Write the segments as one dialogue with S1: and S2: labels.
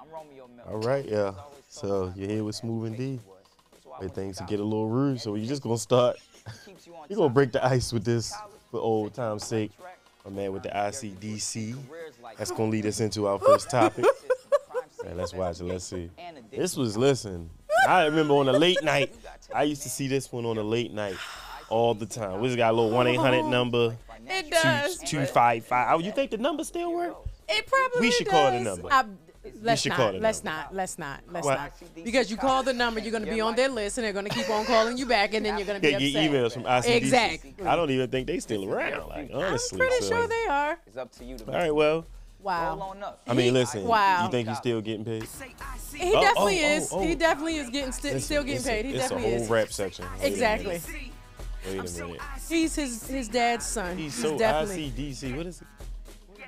S1: I'm Romeo Miller.
S2: All right, yeah.
S1: There's always
S2: So
S1: someone
S2: you're here
S1: who
S2: with
S1: has
S2: Smooth and
S1: education
S2: D.
S1: was. So I
S2: Hey,
S1: went to
S2: things to
S1: college.
S2: get a little rude, so we just gonna start.
S1: Keeps you on
S2: You gonna
S1: top.
S2: break the ice with this
S1: College,
S2: for
S1: set
S2: old
S1: you
S2: time's
S1: on the
S2: sake.
S1: right track.
S2: My man with the
S1: Sometimes you gotta do
S2: ICDC.
S1: what careers like
S2: That's
S1: that.
S2: gonna lead us into our first topic.
S1: Crime
S2: Man, let's
S1: scene
S2: watch it. Let's see.
S1: and addiction.
S2: This was listen. I remember on a late night.
S1: You gotta take
S2: I used to
S1: advantage
S2: see this one on a late night all the time. We just got a little one eight hundred number.
S1: of financial
S2: Two
S3: does.
S1: and
S2: two five five. You think the numbers still work?
S3: It probably
S2: We should call the
S3: does.
S2: number.
S3: I- Let's
S2: should
S3: not.
S2: call the
S3: let's
S2: number.
S3: not. Let's not. Let's
S2: Why?
S3: not. Because you call the number, you're going to be on their list, and they're going to keep on calling you back, and then you're going to be
S2: Yeah, get
S3: upset.
S2: emails from ICDC.
S3: Exactly.
S2: I don't even think they still around. Like
S1: I'm
S3: I'm
S2: honestly.
S3: pretty
S2: so-
S3: sure they are.
S1: It's up to you to
S2: All right, well,
S1: roll
S3: Wow.
S1: on up.
S2: I mean, listen.
S3: Wow.
S2: You think he's still getting paid?
S3: He
S2: Oh,
S3: definitely
S2: oh, oh,
S3: is.
S2: oh.
S3: He definitely is getting sti- still getting
S2: Listen,
S3: paid. He
S2: it's a-
S3: definitely
S2: It's a
S3: is.
S2: whole rap section. Wait a minute.
S3: Exactly.
S2: Wait a minute.
S3: He's his his dad's son.
S2: He's so
S3: definitely.
S2: ICDC. What is it?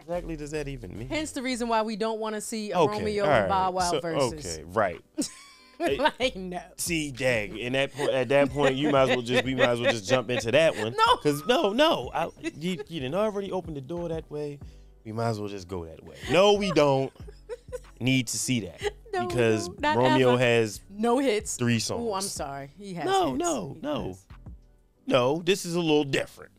S2: What exactly does that even mean?
S3: Hence the reason why we don't want to see a
S2: okay.
S3: Romeo
S2: all
S3: and
S2: right,
S3: Bow Wow
S2: so-
S3: versus.
S2: Okay, right.
S3: like no.
S2: See, dag. And that point, at that point, you might as well just we might as well just jump into that one.
S3: No.
S2: Cause no, no, I, you you didn't already open the door that way. We might as well just go that way. No, we don't need to see that
S3: No,
S2: because
S3: no, not
S2: Romeo
S3: ever.
S2: has
S3: No hits.
S2: Three
S3: Oh, I'm
S2: songs.
S3: sorry. He has
S2: No,
S3: hits.
S2: no,
S3: He
S2: no.
S3: does.
S2: No, this is a little different.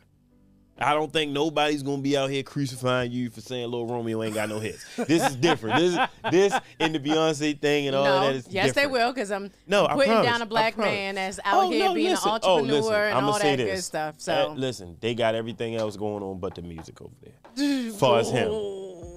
S2: I don't think nobody's gonna be out here crucifying you for saying Lil Romeo ain't got no hits. This is different. this, this and the Beyonce thing and all
S3: no.
S2: of that is
S3: yes,
S2: different.
S3: they will, because I'm
S2: No, I
S3: putting
S2: promise,
S3: down
S2: I
S3: a black
S2: promise.
S3: man as out
S2: Oh,
S3: here
S2: no,
S3: being
S2: listen.
S3: an
S2: Oh,
S3: entrepreneur
S2: listen,
S3: and
S2: I'ma
S3: all
S2: say
S3: that good
S2: this.
S3: stuff.
S2: Uh,
S3: So,
S2: listen, they got everything else going on but the music over there. far as him,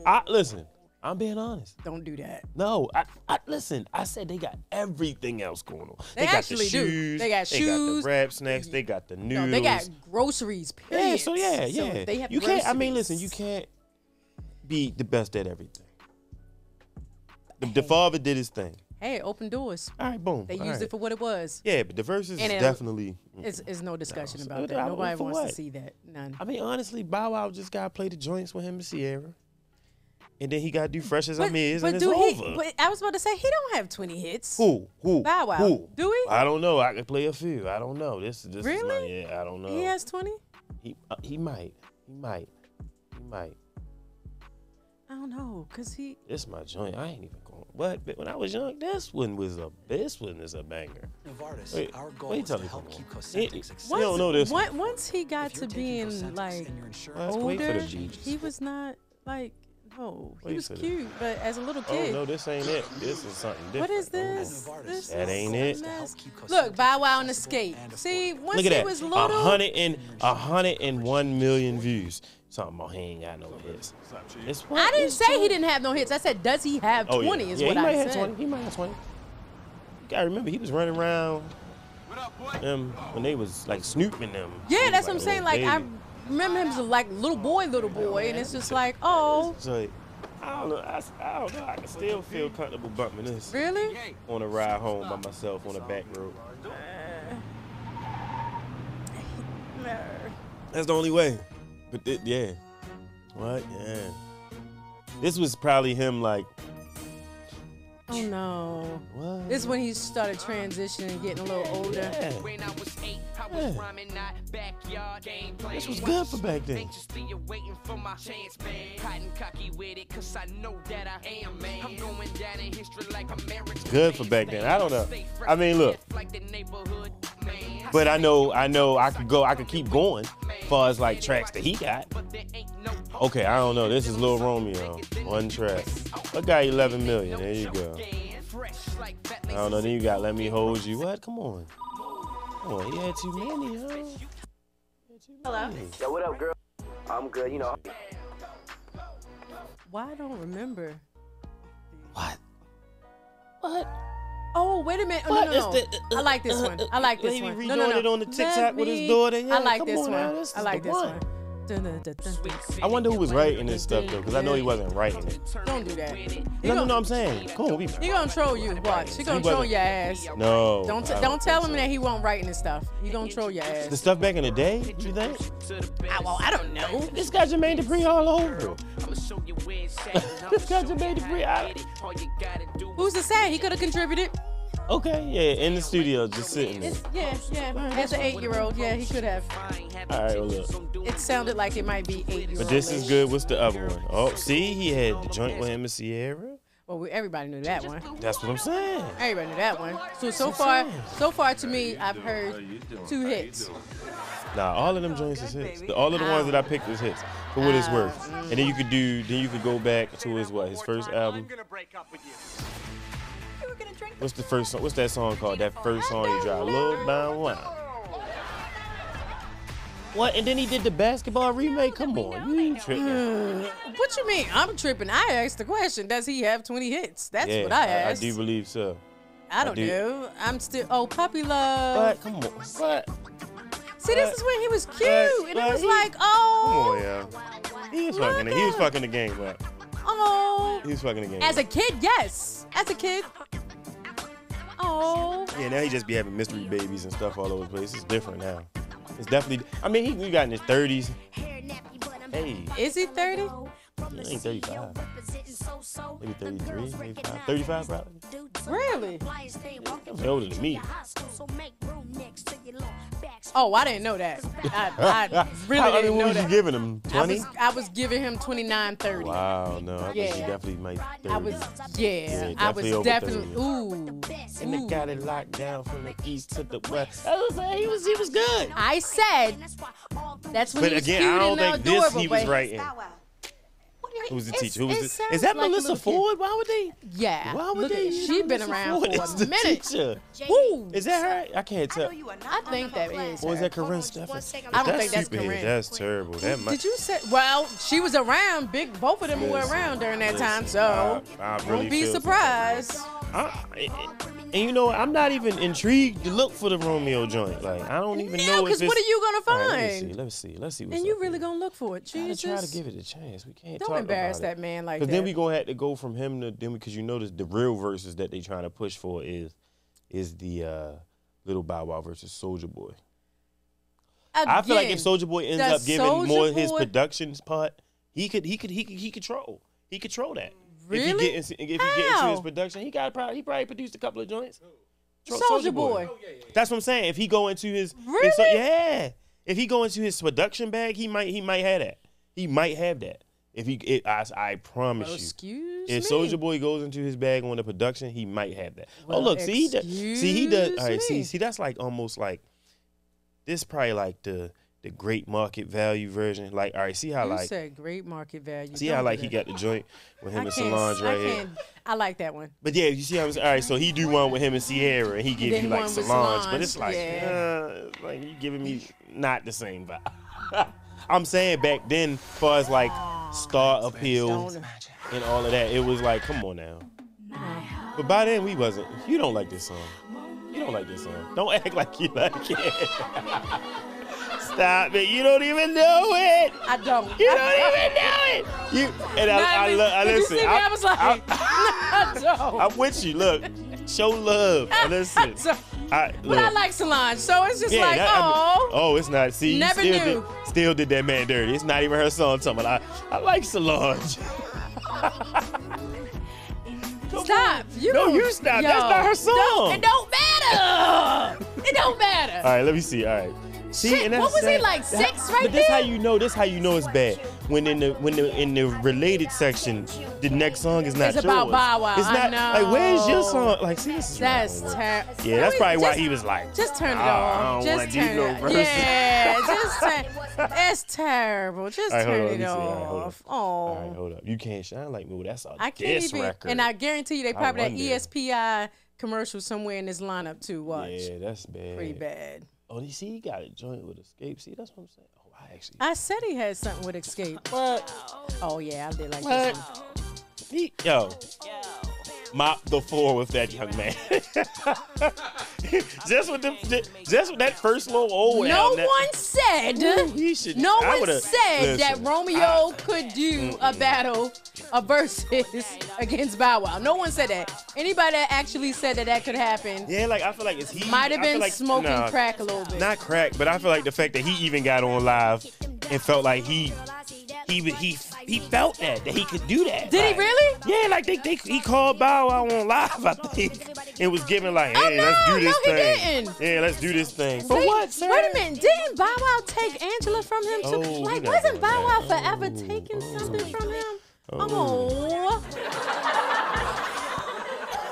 S2: I listen. I'm being honest.
S3: don't do that.
S2: No, I, I listen. I said they got everything else going on.
S3: They
S2: got the
S3: actually do.
S2: shoes.
S3: They got
S2: They got
S3: shoes.
S2: the rap snacks. They got the noodles.
S3: No, they got groceries. Period.
S2: Yeah, so yeah,
S3: So
S2: yeah.
S3: they have
S2: you can't. I mean,
S3: groceries.
S2: listen, you can't be the best at everything. The, the father did his thing.
S3: Hey, open doors.
S2: All right, boom.
S3: They
S2: all
S3: used it
S2: right.
S3: for what it was.
S2: Yeah, but the verses is
S3: And it-
S2: definitely.
S3: It's, it's no discussion
S2: so
S3: about
S2: they-
S3: that.
S2: I-
S3: Nobody
S2: for
S3: wants
S2: what?
S3: to see that. None.
S2: I mean, honestly, Bow Wow just got to play the joints with him and Sierra, and then he got to do fresh as I'm is, and it's
S3: do he?
S2: over.
S3: But I was about to say he don't have 20 hits.
S2: who? Who?
S3: Bow Wow.
S2: Who?
S3: Do we?
S2: I don't know. I could play a few. I don't know. This. This Is my,
S3: Really?
S2: yeah, I don't know.
S3: He has 20.
S2: He, uh, he might. He might. He might.
S3: I don't know, cause he.
S2: This my joint. I ain't even going. What? But when I was young, this one was a this one is a banger.
S4: Novartis,
S2: Wait,
S4: our goal
S2: wait
S4: is
S2: till
S4: to
S2: they
S4: help
S2: come
S4: keep
S2: on.
S4: Cosentyx
S2: It-
S4: accessible.
S2: You don't know this
S3: Once, once he got
S4: If
S3: to
S4: you're taking
S3: being
S4: Cosentyx
S3: like
S4: and your insurance
S2: Let's wait for
S3: older,
S2: the G's.
S3: he was not like no. He
S2: Wait
S3: was
S2: for the-
S3: cute, but as a little
S2: Oh
S3: kid,
S2: no, this ain't it. This is something different.
S3: what is
S2: Hold on.
S3: this?
S4: Novartis.
S3: This
S2: That
S3: is
S2: ain't
S3: a
S2: it.
S3: mess.
S4: To help keep
S3: Look,
S4: Cosentyx
S3: Bow Wow and
S4: accessible
S3: Escape.
S4: and
S3: See,
S4: affordable.
S3: once
S2: Look at
S3: he
S2: that.
S3: was
S2: A
S3: little,
S2: hundred and a hundred and one million views. Something about he ain't got no hits. It's one,
S3: I didn't
S2: it's
S3: say he
S2: two.
S3: didn't have no hits. I said, does he have
S2: Oh,
S3: 20
S2: yeah.
S3: is
S2: yeah,
S3: what
S2: he might
S3: I
S2: have
S3: said.
S2: 20. He might have 20. You gotta remember, he was running around them when they was like snooping them.
S3: Yeah, that's what I'm
S2: Like,
S3: saying.
S2: little
S3: Like, I
S2: baby.
S3: remember him as a, like little boy, little boy, and it's just like, oh,
S2: So, I don't know. I, I don't know. I can still feel comfortable bumping this
S3: really? Uh,
S2: on a ride home by myself on a back road. That's the only way. But thi- yeah. What? Yeah. This was probably him like,
S3: Oh, no.
S2: what?
S3: This is when he started transitioning, getting a little older.
S2: yeah.
S5: When I was eight, I was
S2: Yeah.
S5: rhyming, not backyard game playing.
S2: This was good for back then.
S5: Anxiously awaiting for my chance, man. Cotton cocky with it, cause I know that I am, man. I'm going down in history like a marriage.
S2: Good for back then. I don't know. I mean, look. But I know, I know, I could go, I could keep going. Far as like tracks that he got. Okay, I don't know. This is Lil Romeo, one track. I got 11 million. There you go. I don't know. Then you got Let Me Hold You. What? Come on. Come on. He had too many, huh?
S3: Hello?
S6: Yo, what up, girl? I'm good, you know.
S3: Why I don't remember?
S2: What? What?
S3: Oh, wait a minute. Oh,
S2: What
S3: no,
S2: is
S3: no, no.
S2: the- uh,
S3: I like this one. I like this
S2: Lady
S3: one.
S2: redoing
S3: No, no, no.
S2: it on the
S3: Let
S2: TikTok with his
S3: me-
S2: daughter. Yeah,
S3: I like
S2: come
S3: this
S2: on
S3: one.
S2: now, this
S3: I
S2: is
S3: like
S2: the
S3: this
S2: one.
S3: one. Dun, dun, dun, dun, dun.
S2: I wonder who was writing this stuff though, because I know he wasn't writing it.
S3: Don't do that. He
S2: No, no,
S3: gon-
S2: no. I'm saying. Come on, we.
S3: He gonna troll you. Watch. He gonna troll
S2: wasn't-
S3: your ass.
S2: No.
S3: Don't t-
S2: I
S3: don't tell him
S2: think so.
S3: that he won't writing this stuff. He gonna troll your
S2: The
S3: ass.
S2: stuff back in the day, you think?
S3: I, Ah, well, I don't know.
S2: This got Jermaine Dupri all over.
S5: I'ma show you where it's at.
S2: This got Jermaine Dupri. I,
S5: All you gotta do
S3: Who's to say he could have contributed?
S2: okay, yeah, in the studio, just sitting there.
S3: It's, yeah, yeah. As an eight-year-old, yeah, he could have.
S2: All right, well, look.
S3: It sounded like it might be eight-year-old.
S2: But this is good. What's the other one? Oh, see, he had the joint with him and Sierra.
S3: Well, we, everybody knew that one.
S2: That's what I'm saying.
S3: Everybody knew that one. So so far, so far to me, I've heard two hits.
S2: Nah, all of them joints is hits. The- all of the ones that I picked is hits for what it's worth. And then you could do, then you could go back to his what his first album. What's the first song? What's that song called? Oh, That first song he dropped, Love by One. What? And then he did the basketball remake. Come on, you ain't tripping.
S3: What you mean? I'm tripping. I asked the question. Does he have 20 hits? That's
S2: Yeah,
S3: what I
S2: I, I
S3: asked. I,
S2: do believe so.
S3: don't
S2: do.
S3: know. I'm still. Oh, puppy love.
S2: But come on, but
S3: See, this is when he was cute, and
S2: but
S3: it was
S2: he-
S3: like,
S2: come
S3: oh,
S2: on, yeah. He was fucking. it. He was fucking the game up.
S3: oh.
S2: He was fucking the game.
S3: As a
S2: up.
S3: kid, yes. As a kid. Oh.
S2: Yeah, now he just be having mystery babies and stuff all over the place. It's different now. It's definitely. I mean, he we got in his thirties. Hey,
S3: Is he 30?
S2: he ain't thirty-five.
S4: Maybe 33, 35,
S2: 35
S4: 35
S2: probably.
S3: Really?
S4: They older than me.
S3: Oh, I didn't know that. I, I really
S2: I
S3: didn't
S2: mean, what
S3: know
S2: was you
S3: that.
S2: giving him?
S3: I
S2: Twenty.
S3: was, I was giving him 29, 30.
S2: Wow, no, I think he
S3: Yeah.
S2: definitely might. 30.
S3: I was, yeah,
S2: Yeah,
S3: I was
S2: definitely over
S3: definitely,
S2: 30.
S3: ooh,
S2: And they
S3: ooh.
S2: got it locked down from the east to the west. I was like, he was, he was good.
S3: I said that's when
S2: But
S3: he was
S2: again,
S3: cute
S2: I don't
S3: and
S2: think
S3: adorable.
S2: this he was
S3: but-
S2: writing. Who's the teacher? Who was the, is that Melissa Ford? Why would they?
S3: Yeah.
S2: Why would
S3: Look at-
S2: they? use
S3: She been
S2: Melissa
S3: around
S2: Ford
S3: for
S2: as
S3: a
S2: the
S3: minute.
S2: Teacher?
S3: Woo.
S2: Is that her? I can't tell.
S3: I think that is.
S2: Or is
S3: her.
S2: that Corinne Stephan?
S3: I don't
S2: That's
S3: think that's
S2: stupid.
S3: Corinne.
S2: That's terrible. That might.
S3: Did you say? Well, she was around. Big, both of them were
S2: Listen,
S3: around during that time,
S2: listen,
S3: so
S2: I- I really
S3: don't be
S2: feel-
S3: surprised.
S2: I, and you know, what? I'm not even intrigued to look for the Romeo joint. Like, I don't even
S3: No,
S2: know if
S3: 'cause
S2: it's-
S3: what are you gonna
S2: All right, let me
S3: find?
S2: see. Let me see. Let's see. What's
S3: And
S2: up
S3: you really
S2: here.
S3: gonna look for it,
S2: gotta
S3: Jesus?
S2: try to give it a chance. We can't
S3: Don't
S2: talk
S3: embarrass
S2: about
S3: that
S2: it.
S3: man like
S2: Cause then
S3: that.
S2: we gonna have to go from him to then because you notice the real verses that they trying to push for is is the uh, little Bow Wow versus Soldier Boy. I feel like if
S3: Again,
S2: Soldier Boy ends
S3: does
S2: up giving more
S3: Soulja
S2: his
S3: Boy-
S2: productions part, he could he could he could he control he control that. If he
S3: Really?
S2: get into, if he get into his
S3: How?
S2: production, he got probably he probably produced a couple of joints. Tro-
S3: Soulja
S2: Soulja
S3: Boy.
S2: That's what I'm saying. If he go into his
S3: Really?
S2: if so- yeah, if he go into his production bag, he might he might have that. He might have that. If he it, I I promise you.
S3: excuse
S2: If
S3: me.
S2: Soldier Boy goes into his bag on the production, he might have that. oh
S3: Well,
S2: look, see he does, see he does. All right,
S3: excuse
S2: see
S3: me.
S2: see that's like almost like this probably like the the great market value version. Like all right, see how
S3: you
S2: like
S3: said great market value.
S2: see
S3: Don't
S2: how
S3: do
S2: like he
S3: that.
S2: got the joint with him
S3: I
S2: and
S3: can't-
S2: Solange right
S3: I
S2: here.
S3: can't- I like that one.
S2: But yeah, you see how I'm saying? All right, so he do one with him and Sierra, and he give
S3: then
S2: you like
S3: one with
S2: Solange, but
S3: Solange,
S2: it's like,
S3: yeah.
S2: uh, it's like you giving me not the same vibe. I'm saying back then, far as like star appeal
S3: Don't-
S2: and all of that, it was like, come on now. But by then we wasn't. You don't like this song. You don't like this song. Don't act like you like it. Stop it. You don't even know it.
S3: I don't.
S2: You
S3: I-
S2: don't even know it. You and
S3: Not
S2: I, I,
S3: even-
S2: lo- I
S3: did you
S2: listen.
S3: see me?
S2: I-
S3: I was like,
S2: I-
S3: I don't.
S2: I'm with you. Look, show love. Listen,
S3: So-
S2: I,
S3: But I
S2: look.
S3: like Solange, so it's just like,
S2: that- I mean-
S3: oh.
S2: oh, it's not. See, you
S3: Never
S2: still
S3: knew.
S2: did, still did that man dirty. It's not even her song. Talking about, I, I like Solange.
S3: Stop. You
S2: oh, No,
S3: don't-
S2: you stop. That's
S3: yo.
S2: not her
S3: Don't-
S2: song.
S3: It don't matter. it don't matter.
S2: All right, let me see. All right. See,
S3: Shit,
S2: and that's
S3: what was he,
S2: sad.
S3: like, six right
S2: But this how
S3: there?
S2: you know. This how you know it's bad. When in the when the in the related section, the next song is not
S3: It's about
S2: yours.
S3: Bow Wow,
S2: It's
S3: I
S2: not like where's your
S3: know.
S2: song? Like, see, this is not
S3: That's
S2: gonna work.
S3: terrible.
S2: Yeah, that's probably why he was like,
S3: Just turn it
S2: "Nah, I
S3: off.
S2: don't
S3: Just
S2: wanna do
S3: turn
S2: no
S3: it off.
S2: verses."
S3: Yeah, just turn. It's terrible. Just
S2: All right, hold on,
S3: turn
S2: let
S3: it
S2: me see. All right, hold
S3: off.
S2: on. All right,
S3: Oh,
S2: hold up. You can't shine like me. Well, that's a
S3: I can't
S2: diss
S3: even.
S2: record.
S3: And I guarantee you, they probably that E
S2: wonder.
S3: ESPI commercial somewhere in this lineup too. Watch,
S2: yeah, that's bad.
S3: pretty bad.
S2: Oh, you see, he got a joint with Escape. See, that's what I'm saying. Oh, I actually.
S3: I said he had something with Escape.
S2: What?
S3: Oh yeah, I did like
S2: What?
S3: this one.
S2: He, yo. Mop the floor with that young man. just with the, just with that first little old
S3: No
S2: album, that-
S3: one said.
S2: Ooh, he should-
S3: no
S2: I
S3: one
S2: would've-
S3: said that
S2: listen,
S3: Romeo
S2: I-
S3: could do a battle, a versus against Bow Wow. No one said that. Anybody that actually said that that could happen
S2: Yeah, like I feel like it's he. I
S3: might have
S2: feel
S3: been
S2: like,
S3: smoking
S2: nah,
S3: crack a little bit.
S2: Not crack, but I feel like the fact that he even got on live and felt like he he was- he he felt that that he could do that.
S3: Did he
S2: Like,
S3: really?
S2: Yeah, like they, they he called Bow Wow on live, I think, and was giving like,
S3: Oh,
S2: hey, let's
S3: no,
S2: do this
S3: no, he
S2: thing.
S3: didn't.
S2: Yeah, let's do this thing. For
S3: Wait-
S2: what, sir?
S3: Wait a minute. Didn't Bow Wow take Angela from him too?
S2: Oh, we
S3: like,
S2: not
S3: wasn't
S2: doing
S3: Bow Wow
S2: that.
S3: forever
S2: Oh,
S3: taking
S2: oh.
S3: something from him?
S2: Oh.
S3: Oh.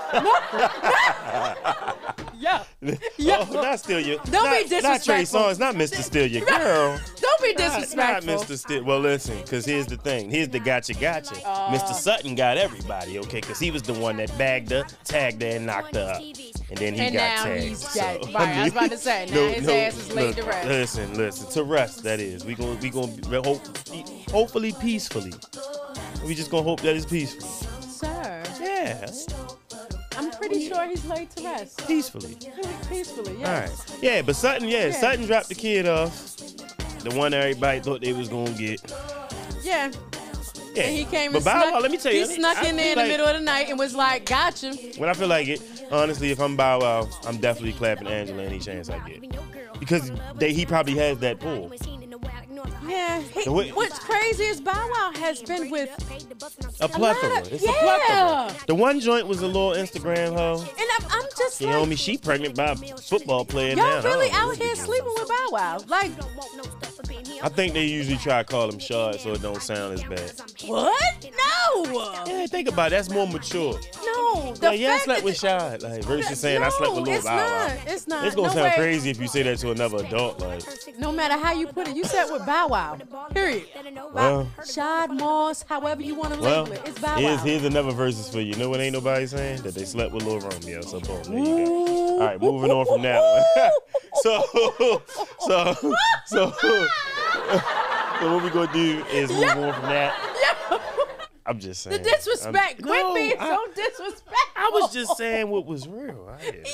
S3: Yeah.
S2: Oh, not steal your.
S3: Don't be
S2: not, Not Trey
S3: disrespectful.
S2: Songz, not Mr. Steal Your Girl.
S3: Don't be
S2: Not-
S3: disrespectful.
S2: Not Mr. Steal. Well, listen, because here's the thing. Here's the gotcha gotcha.
S3: Oh.
S2: Mr. Sutton got everybody, okay? Because he was the one that bagged her, tagged her, and knocked her up. And then he
S3: And
S2: got
S3: now
S2: tagged.
S3: he's
S2: so,
S3: dead. Right, I was about to say, now his ass is laid to
S2: look,
S3: rest.
S2: Listen, listen. To rest, that is. We're going we gonna to hope, hopefully peacefully. We just going to hope that it's peaceful.
S3: Sir,
S2: Yeah,
S3: I'm pretty sure he's laid to rest.
S2: peacefully.
S3: Peacefully,
S2: All
S3: yes.
S2: right. Yeah, but Sutton, yeah,
S3: Yeah.
S2: Sutton dropped the kid off. The one everybody thought they was gonna get.
S3: Yeah.
S2: Yeah.
S3: And he came
S2: but
S3: and
S2: Bow
S3: snuck,
S2: Wow, let me tell you.
S3: he
S2: I mean,
S3: snuck
S2: I feel
S3: in there in
S2: like-
S3: the middle of the night and was like, gotcha.
S2: When I feel like it, honestly, if I'm Bow Wow, I'm definitely clapping Angela any chance I get. Because they, he probably has that pull.
S3: Yeah. He,
S2: The way-
S3: what's crazy is Bow Wow has been with
S2: A plethora.
S3: lot of-
S2: It's
S3: yeah.
S2: a plethora. The one joint was a little Instagram hoe.
S3: And I'm, I'm just
S2: You
S3: like,
S2: know me, she pregnant by a football player now.
S3: y'all
S2: I don't
S3: really
S2: know
S3: out
S2: what's
S3: here
S2: the-
S3: sleeping with Bow Wow. Like,
S2: I think they usually try to call him shard so it don't sound as bad.
S3: what? No.
S2: Yeah, think about it. That's more mature.
S3: No. The
S2: Like, yeah, I
S3: fact
S2: slept
S3: that
S2: with
S3: the-
S2: Shad. Like, versus saying I
S3: No,
S2: slept with Lil
S3: it's
S2: Bow Wow.
S3: not. It's not.
S2: It's gonna
S3: No
S2: sound
S3: way.
S2: crazy if you say that to another adult. Like,
S3: No matter how you put it, you said with Bow Wow. Period.
S2: well,
S3: Shad Moss, however you want to
S2: well,
S3: label it. It's Bow
S2: here's,
S3: Wow.
S2: here's another verses for you. You know what ain't nobody saying? That they slept with Lil Romeo. So, boom, there you go. All right, moving on from that one. so, so, so, so what we gonna do is move on from that. I'm just saying.
S3: The disrespect.
S2: I'm-
S3: Quit
S2: No,
S3: being
S2: I,
S3: so disrespectful.
S2: I was just saying what was real. I, didn't-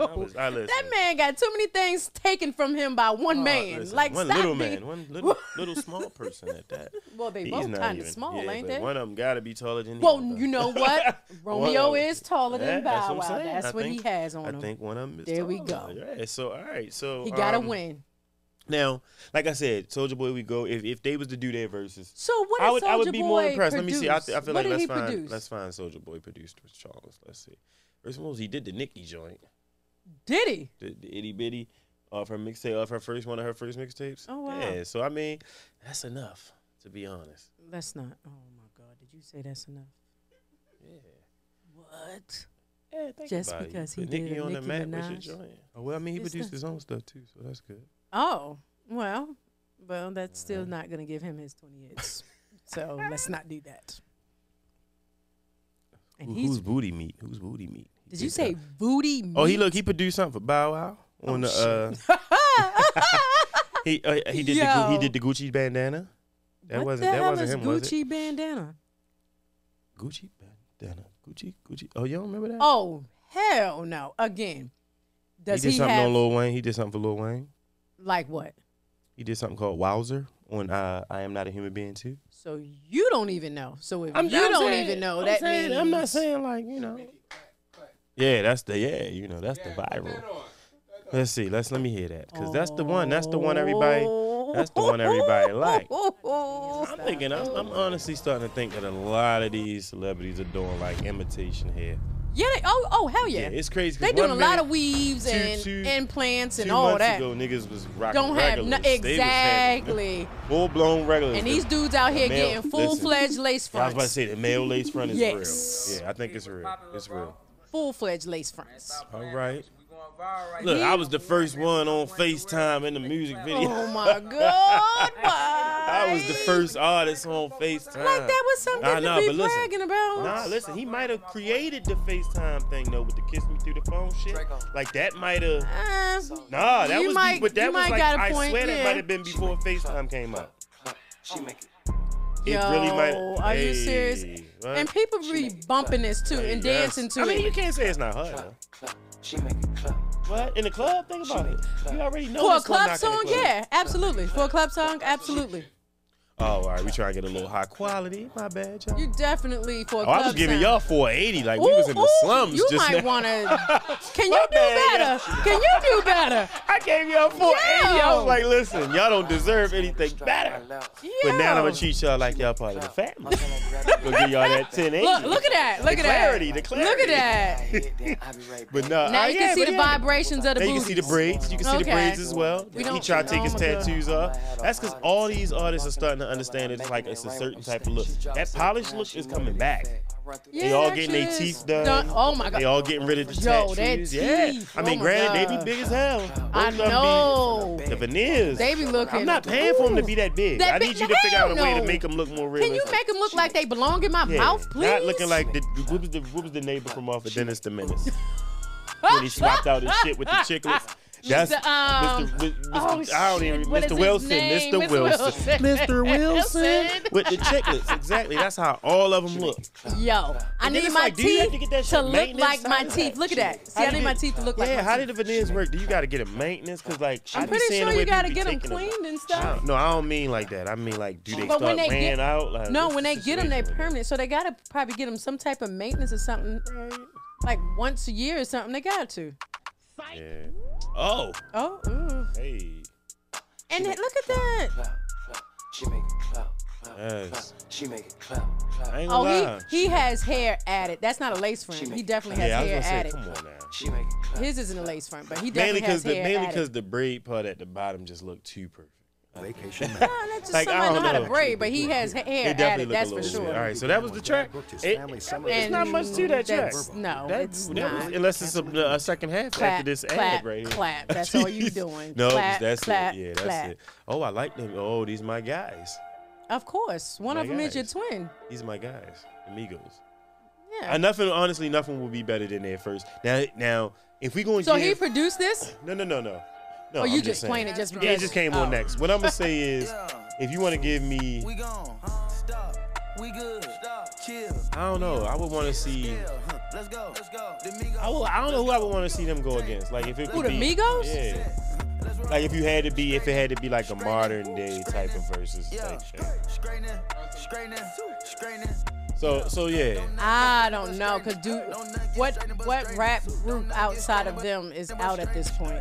S3: Yo,
S2: I was- I listen.
S3: that man got too many things taken from him by one man.
S2: Oh, Listen,
S3: like
S2: one
S3: stop
S2: little
S3: being-
S2: man, one little little small person at that.
S3: Well, they
S2: He's
S3: both
S2: not
S3: kind of
S2: even-
S3: small,
S2: yeah,
S3: ain't
S2: but
S3: they?
S2: One of them gotta be taller than. the
S3: well,
S2: other.
S3: you know what? Romeo
S2: One of 'em.
S3: is taller
S2: Yeah,
S3: than Bow
S2: I'm
S3: Wow.
S2: saying.
S3: That's
S2: I
S3: what
S2: think-
S3: he has on
S2: I
S3: him.
S2: think one of them is.
S3: There we
S2: taller. Yeah. So all right. So
S3: he got to
S2: um,
S3: win.
S2: Now, like I said, Soldier Boy, we go. If if they was to do their verses,
S3: So what
S2: I
S3: did
S2: would
S3: Soulja
S2: I would be
S3: Boy
S2: more impressed.
S3: Produce?
S2: Let me see. I, th- I feel like
S3: what did
S2: let's
S3: he
S2: find
S3: produce?
S2: let's find Soldier Boy produced with Charles. Let's see. First of all, he did the Nicki joint,
S3: Did he?
S2: the, the itty bitty, of her mixtape, of her first one of her first mixtapes.
S3: Oh, wow.
S2: Yeah. So I mean, that's enough to be honest.
S3: That's not. Oh my God! Did you say that's enough? Yeah. What?
S2: Yeah, think
S3: Just
S2: about it. You
S3: because he
S2: put
S3: did
S2: Nicki
S3: a
S2: on the
S3: Nicki
S2: map with
S3: Minaj.
S2: your joint. Oh, well, I mean, he
S3: It's
S2: produced
S3: the-
S2: his own stuff too, so that's good.
S3: Oh well, well that's still not gonna give him his twenty hits. so let's not do that. And
S2: Who-
S3: he's.
S2: who's booty meat? Who's booty meat? He
S3: Did you
S2: that.
S3: say booty?
S2: Oh, he
S3: meat?
S2: look. He produced something for Bow Wow
S3: Oh,
S2: on the. Uh, he uh, he did the Gu- he
S3: Yo.
S2: did the Gucci bandana. That
S3: what
S2: wasn't
S3: the
S2: that
S3: hell
S2: wasn't
S3: is
S2: him, was it?
S3: Gucci bandana?
S2: Gucci bandana. Gucci Gucci. Oh, you don't remember that?
S3: Oh hell no! Again, does
S2: he did
S3: he,
S2: something
S3: have
S2: on Lil Wayne. He did something for Lil Wayne.
S3: like what?
S2: He did something called Wowzer on uh, I Am Not a Human Being too.
S3: So you don't even know. So if you don't even know,
S2: I'm
S3: that
S2: saying-
S3: means
S2: I'm not saying like you know. Yeah, that's the yeah. You know, that's the viral. Let's see. Let's let me hear that because that's the one. That's the one everybody. That's the one everybody like. I'm thinking. I'm, I'm honestly starting to think that a lot of these celebrities are doing like imitation hair.
S3: Yeah. They, oh, oh, hell yeah.
S2: Yeah, it's crazy. 'cause
S3: they doing a
S2: one
S3: lot
S2: minute-
S3: of weaves
S2: two-
S3: and
S2: two-
S3: implants and
S2: two
S3: all
S2: months
S3: that.
S2: Ago, niggas was rocking
S3: Don't have
S2: regulars.
S3: no,
S2: They was having
S3: exactly.
S2: Full blown regulars.
S3: And
S2: The-
S3: these dudes out here
S2: the male- listen,
S3: getting full fledged lace
S2: I was
S3: fronts.
S2: about to say the male lace front is
S3: Yes.
S2: real. Yeah, I think it's real. It's real.
S3: Full fledged lace fronts.
S2: All right. Look, I was the first one on FaceTime in the music video.
S3: Oh my god!
S2: I was the first artist on FaceTime.
S3: Like that was something
S2: Nah,
S3: to
S2: nah,
S3: be
S2: but listen.
S3: bragging about.
S2: Nah, listen, he might have created the FaceTime thing though with the kiss me through the phone shit.
S1: Draco.
S2: Like that might have.
S3: Uh,
S2: Nah, that
S3: You
S2: was.
S3: might-
S2: be, but
S3: you
S2: that was
S3: might
S2: like
S3: got a
S2: I
S3: point,
S2: swear that
S3: yeah.
S2: might have been before FaceTime came out.
S1: She make it.
S2: It
S3: yo,
S2: really might.
S3: are you serious?
S2: Hey, what?
S3: And people be bumping this too and
S2: Yes.
S3: dancing to
S2: I mean, you
S3: it.
S2: can't say it's not her.
S1: Club,
S2: though.
S1: club. She make it. Club.
S2: What in the club? Think about it. You already know.
S3: For a
S2: this one
S3: club
S2: knocking the
S3: song,
S2: club.
S3: yeah, absolutely. For a club song, absolutely.
S2: Oh, all right. We trying to get a little high quality. My bad, y'all.
S3: You definitely for a
S2: Oh,
S3: club
S2: I was giving
S3: sound.
S2: y'all 480 like we was in the slums
S3: You
S2: just
S3: might
S2: now.
S3: wanna. Can
S2: My
S3: you do
S2: bad,
S3: better? Can you do better?
S2: I gave y'all 480. I was
S3: Yo.
S2: like, listen, y'all don't deserve anything better. But now I'm
S3: Yo.
S2: gonna treat y'all like y'all part of the family. Gonna give y'all that 1080.
S3: Look, look at that. Look
S2: The
S3: at
S2: clarity,
S3: that.
S2: the clarity.
S3: Look at that.
S2: But no,
S3: Now
S2: oh,
S3: you
S2: yeah,
S3: can see
S2: but
S3: the
S2: yeah.
S3: vibrations of the
S2: Now you
S3: booty.
S2: can see the braids. You can see the
S3: Okay.
S2: braids as well.
S3: We
S2: he
S3: don't-
S2: tried to take
S3: oh
S2: his
S3: my God.
S2: tattoos off. That's because all these artists are starting to understand it's like it's a certain type of look. That polished look is coming back.
S1: run through
S3: Yeah,
S1: that.
S2: They all
S3: that
S2: getting their
S3: shit is
S2: teeth done.
S3: Oh my god.
S2: They all getting rid of the
S3: Yo, that
S2: tattoos. yeah.
S3: teeth.
S2: I mean,
S3: Oh my
S2: granted, they
S3: God.
S2: be big as hell.
S3: I
S2: Those of 'em be-
S3: know.
S2: The veneers.
S3: They be looking.
S2: I'm not paying for them to be that big.
S3: That
S2: I
S3: big-
S2: need you to figure out a way to
S3: hell
S2: make them look more
S3: Can
S2: realistic.
S3: you make them look like they belong in my
S2: Yeah,
S3: mouth, please?
S2: Not looking like the what was the what was the neighbor from off of Dennis the Menace when he swapped out his shit with the chicklets. That's
S3: Mr. Um,
S2: Mr. Wi-
S3: oh,
S2: Mr. I don't
S3: shit,
S2: even
S3: what is
S2: Mr.
S3: his
S2: Wilson,
S3: name?
S2: Mr.
S3: Mr.
S2: Wilson,
S3: Wilson.
S2: Mr. Wilson
S3: Wilson.
S2: with the chicklets. Exactly. That's how all of them look.
S3: Yo, I
S2: And then
S3: need
S2: it's
S3: my
S2: like, do you have to get
S3: teeth
S2: that
S3: to,
S2: shit
S3: look
S2: maintenance
S3: like my
S2: out of
S3: teeth.
S2: that
S3: Look at that. See,
S2: How
S3: I
S2: did
S3: need my
S2: it-
S3: teeth to look like
S2: Yeah,
S3: my
S2: how
S3: teeth.
S2: did the veneers work? Do you got to get them maintenance? Cause like I
S3: I'm
S2: be
S3: pretty
S2: seeing
S3: sure
S2: the way
S3: you gotta
S2: people
S3: get
S2: be
S3: 'em
S2: taking
S3: cleaned and
S2: I
S3: stuff.
S2: don't- No, I don't mean like that. I mean like, do they
S3: But when
S2: start
S3: they get-
S2: laying out? Like,
S3: No,
S2: what's
S3: when
S2: the
S3: they get them, they
S2: situation?
S3: permanent. So they gotta probably get them some type of maintenance or something, like once a year or something. They got to.
S2: Yeah. Oh.
S3: Oh, mm.
S2: Hey.
S3: and then- look at that.
S1: Clout, clout. She make it clout, clout,
S2: Yes.
S1: clout. She make it clout,
S2: I
S1: clout.
S2: ain't
S3: Oh,
S2: gonna lie.
S3: he he has hair added. That's not a lace front. He definitely has
S2: yeah, I was
S3: hair
S2: gonna say,
S3: added.
S2: come on now.
S1: She make it clout.
S3: His isn't a lace front, but he
S2: Mainly
S3: definitely
S2: because
S3: has
S2: the
S3: hair
S2: mainly
S3: added.
S2: because the braid part at the bottom just looked too perfect.
S7: Vacation.
S3: No, that's just
S2: Like, I
S3: somebody know,
S2: don't
S3: how to
S2: know.
S3: braid, but he has ha-
S2: It
S3: hair
S2: definitely
S3: added.
S2: looked
S3: That's
S2: a
S3: for
S2: little
S3: sure.
S2: weird. All right, so that was the track. It-
S7: There's
S2: There's not much to that track.
S3: that's- No,
S2: That-
S3: it's
S2: that-
S3: not.
S2: Unless it's a, a second half
S3: Clap,
S2: after this
S3: clap,
S2: ad right here.
S3: clap. That's all you doing.
S2: no,
S3: Clap,
S2: that's
S3: clap,
S2: it. Yeah, that's
S3: clap.
S2: it. Oh, I like them. Oh, these my guys.
S3: Of course, one
S2: My
S3: of them is your
S2: guys.
S3: twin.
S2: These my guys. Amigos.
S3: Yeah.
S2: And nothing. Honestly, nothing will be better than their first. Now, now, if we going to
S3: So he produced this,
S2: no, no, no, no. No,
S3: or
S2: I'm
S3: Oh, you just
S2: saying.
S3: playing it just because?
S2: Yeah, it just came
S3: Oh.
S2: on next. What I'm gonna say is, if you want to give me,
S8: We gone. Stop. We good. Stop. Chill.
S2: I don't know, I would want to see.
S8: Huh. Let's go. Let's go.
S2: I will. I don't know who I would want to see them go against. Like if it
S3: Who,
S2: could
S3: the
S2: be,
S3: Migos?
S2: Yeah. Like if you had to be, if it had to be like a modern day type of versus
S8: Yeah.
S2: type shit.
S8: Straightening. Straightening. Straightening.
S2: So, so yeah.
S3: I don't know, cause dude, what what rap group outside of them is out at this point?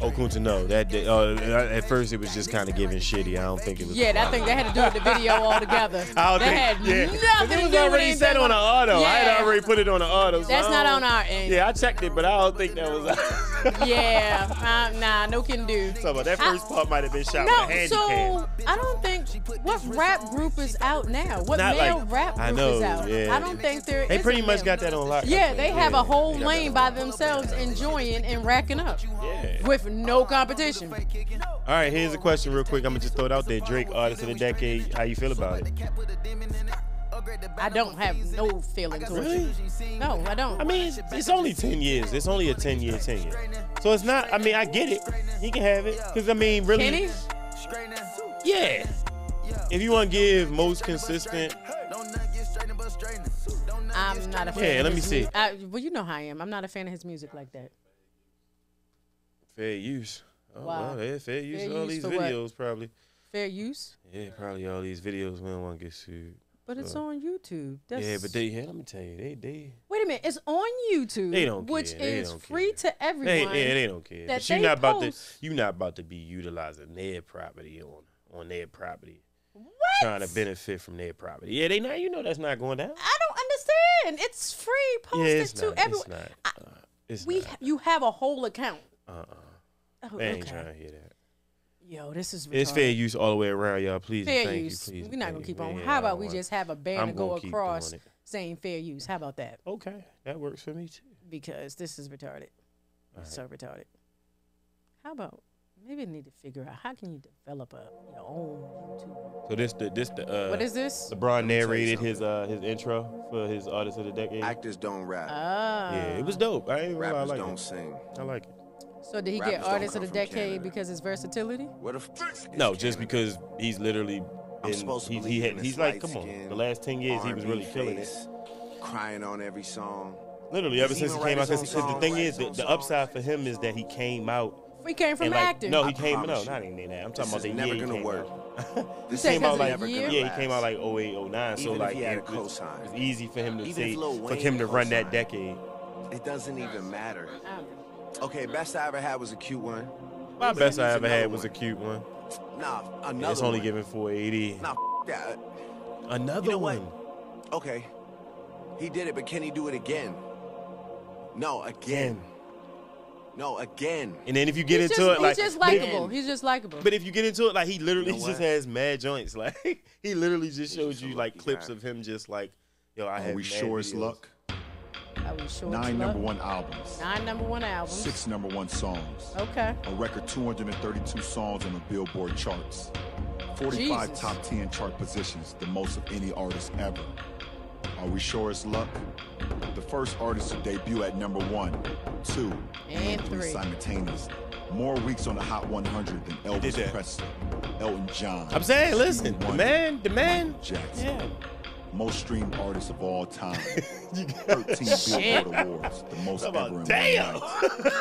S2: Okunta, Oh, no. That day, uh, at first it was just kind of giving shitty. I don't think it was.
S3: Yeah, that thing they had to do with the video altogether.
S2: I don't
S3: That had
S2: think. Yeah.
S3: nothing
S2: But it was
S3: to do with
S2: already set
S3: anything.
S2: on an auto. I
S3: Yeah.
S2: had already put it on an auto. so
S3: That's
S2: I
S3: not
S2: don't-
S3: on our end.
S2: Yeah, I checked it, but I don't think that was.
S3: Yeah, uh, nah, no can do.
S2: so, but that first part might have been shot
S3: No,
S2: with a handy cam.
S3: so I don't think what rap group is out now. What
S2: Not
S3: male
S2: like-
S3: rap group
S2: I know,
S3: is out?
S2: yeah.
S3: I don't think there.
S2: They
S3: is
S2: pretty
S3: a
S2: much
S3: male.
S2: got that on lock. I
S3: Yeah,
S2: think.
S3: they have a whole
S2: They got
S3: lane
S2: that
S3: by themselves, enjoying and racking up
S2: on lock. Yeah.
S3: with no competition.
S2: All right, here's a question real quick. I'm gonna just throw it out there. Drake, artist of the decade. How you feel about it?
S3: I don't have no feeling towards
S2: Really?
S3: it. No, I don't.
S2: I mean, it's- it's only 10 years. It's only a 10 year tenure. So it's not, I mean, I get it. He can have it. Because, I mean, really.
S3: can he?
S2: Yeah. If you want to give most consistent,
S3: I'm not a fan.
S2: Yeah,
S3: of
S2: let
S3: his
S2: me see.
S3: mu- I, well, you know how I am. I'm not a fan of his music like that.
S2: fair use. Oh,
S3: Wow.
S2: wow. yeah, fair use.
S3: Fair
S2: all
S3: use
S2: these
S3: for what?
S2: videos, probably.
S3: Fair use,
S2: Yeah, probably all these videos. We don't want to get sued.
S3: but it's
S2: Uh,
S3: on YouTube. That's,
S2: Yeah, but they, yeah, let me tell you, they, they,
S3: wait a minute. It's on YouTube,
S2: They don't
S3: which
S2: care. They
S3: is
S2: don't
S3: free
S2: care.
S3: to everyone.
S2: they, yeah, they don't care.
S3: that
S2: But you
S3: they
S2: not about
S3: post.
S2: to, you not about to be utilizing their property on, on their property,
S3: what?
S2: trying to benefit from their property. Yeah, they not, you know, that's not going down.
S3: I don't understand. It's free. Post
S2: yeah,
S3: it
S2: it's
S3: to
S2: not,
S3: everyone.
S2: It's not.
S3: I-
S2: uh, it's
S3: we
S2: not.
S3: you have a whole account.
S2: Uh-uh.
S3: Oh,
S2: They ain't
S3: okay.
S2: trying to hear that.
S3: Yo, this is retarded.
S2: It's fair use all the way around, y'all. Please, and
S3: Fair
S2: thank
S3: use.
S2: you. Please, and
S3: We're not
S2: thank
S3: gonna
S2: you.
S3: keep on.
S2: Yeah,
S3: How
S2: I
S3: about
S2: don't
S3: we
S2: want-
S3: just have a ban
S2: I'm
S3: to go
S2: gonna keep doing
S3: across
S2: it.
S3: saying fair use? How about that?
S2: Okay, that works for me too.
S3: Because this is retarded.
S2: All right.
S3: So retarded. How about maybe I need to figure out how can you develop a your own YouTube?
S2: So this the this the uh,
S3: what is this?
S2: LeBron
S7: me tell you
S2: narrated
S7: something.
S2: his uh his intro for his artist of the decade.
S7: Actors don't rap.
S2: Uh,
S3: Ah.
S2: yeah, it was dope. I ain't gonna lie, I
S7: Uh, Rappers
S2: like
S7: don't
S2: it.
S7: sing.
S2: I like it.
S3: So did he
S7: Rappers
S3: get
S7: don't
S3: artist of
S7: come
S3: the
S7: from
S3: decade
S7: Canada.
S3: because his versatility?
S7: Where the fuck? is
S2: No, just
S7: Canada?
S2: because he's literally.
S7: I'm
S2: been-
S7: supposed to
S2: he's, he
S7: believe
S2: had,
S7: in
S2: he's
S7: this
S2: like, come on.
S7: light-skinned
S2: The last ten years, he was
S7: R&B
S2: really killing it.
S7: face, Crying on every song.
S2: Literally, ever
S7: Does he
S2: since he
S7: even
S2: came
S7: write
S2: out.
S7: his
S2: Because
S7: own
S2: the
S7: songs?
S2: thing
S7: Write
S2: is,
S7: his
S2: the,
S7: own
S2: the
S7: songs?
S2: upside for him is that he came out
S3: We came from
S2: and like,
S3: acting.
S2: No, he
S7: I
S2: came. No,
S7: promise you.
S2: not even that. I'm
S7: This
S2: talking about
S7: is
S2: the
S7: never
S2: year he
S7: gonna
S2: came
S7: work.
S2: out.
S7: This
S3: say
S7: is
S2: Came out
S3: Because
S2: like
S3: of the year?
S7: gonna
S2: yeah,
S7: last.
S2: he came out like 08, 09. So
S7: Even if
S2: like
S7: he had a
S2: it was,
S7: cosign.
S2: it was easy for him to
S7: Even
S2: say
S7: if Lil
S2: for
S7: Wayne
S2: him to
S7: had a
S2: run that
S7: cosign.
S2: decade.
S7: It doesn't even matter. Okay, best I ever had was a cute one.
S2: My
S7: But
S2: best
S7: he needs
S2: I ever
S7: another
S2: had was a
S7: one.
S2: cute one.
S7: Nah, another.
S2: It's only
S7: one.
S2: giving 480.
S7: Nah, f- that.
S2: Another
S7: You know what?
S2: one.
S7: Okay, he did it, but can he do it again? No,
S2: Again.
S7: again. No, again.
S2: And then if you get
S3: he's
S2: into
S3: just,
S2: it, like
S3: he's just
S2: but if-
S3: likable. He's just likable.
S2: But if you get into it, like he literally
S7: You know
S2: just
S7: what?
S2: has mad joints. Like he literally just
S7: He's
S2: shows
S7: just a
S2: you like
S7: lucky
S2: clips
S7: guy.
S2: of him just like Yo, I
S9: Are
S2: had
S9: we
S2: mad
S9: sure it's
S2: videos.
S9: luck?
S3: Are we sure? it's
S9: Nine
S3: luck?
S9: number one albums,
S3: Nine number one albums.
S9: six number one songs,
S3: Okay.
S9: a record 232 songs on the Billboard charts, 45
S3: Jesus.
S9: top 10 chart positions, the most of any artist ever. Are we sure it's luck? The first artist to debut at number one, two,
S3: And three.
S9: simultaneously. More weeks on the Hot 100 than
S2: did
S9: Elvis
S2: that.
S9: Presley, Elton John.
S2: I'm saying, listen, the
S9: One,
S2: man, the man.
S9: Michael Jackson.
S2: Yeah.
S9: Most streamed artist of all time. 13 Billboard Awards, the most
S2: Come
S9: ever
S2: on,
S9: in
S2: damn.
S9: one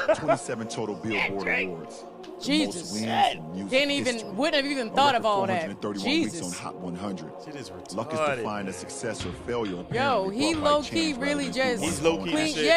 S9: night. 27 total Billboard Awards. the most
S3: Jesus.
S9: wins in
S2: Shit.
S9: music
S3: Didn't even,
S9: history.
S3: wouldn't have even
S9: A
S3: thought of
S9: record
S3: all that.
S9: 431 weeks
S3: Jesus.
S9: on Hot 100.
S2: Shit is
S9: Luck is
S2: retarded,
S9: defined as
S2: man.
S9: success or failure.
S3: Yo,
S9: apparently
S3: he
S9: brought by
S3: low-key
S9: chance rather
S3: really
S9: than
S3: just
S9: through
S2: He's
S9: one's
S2: low
S9: own
S2: key.
S3: Clean-
S9: effort.
S2: shit.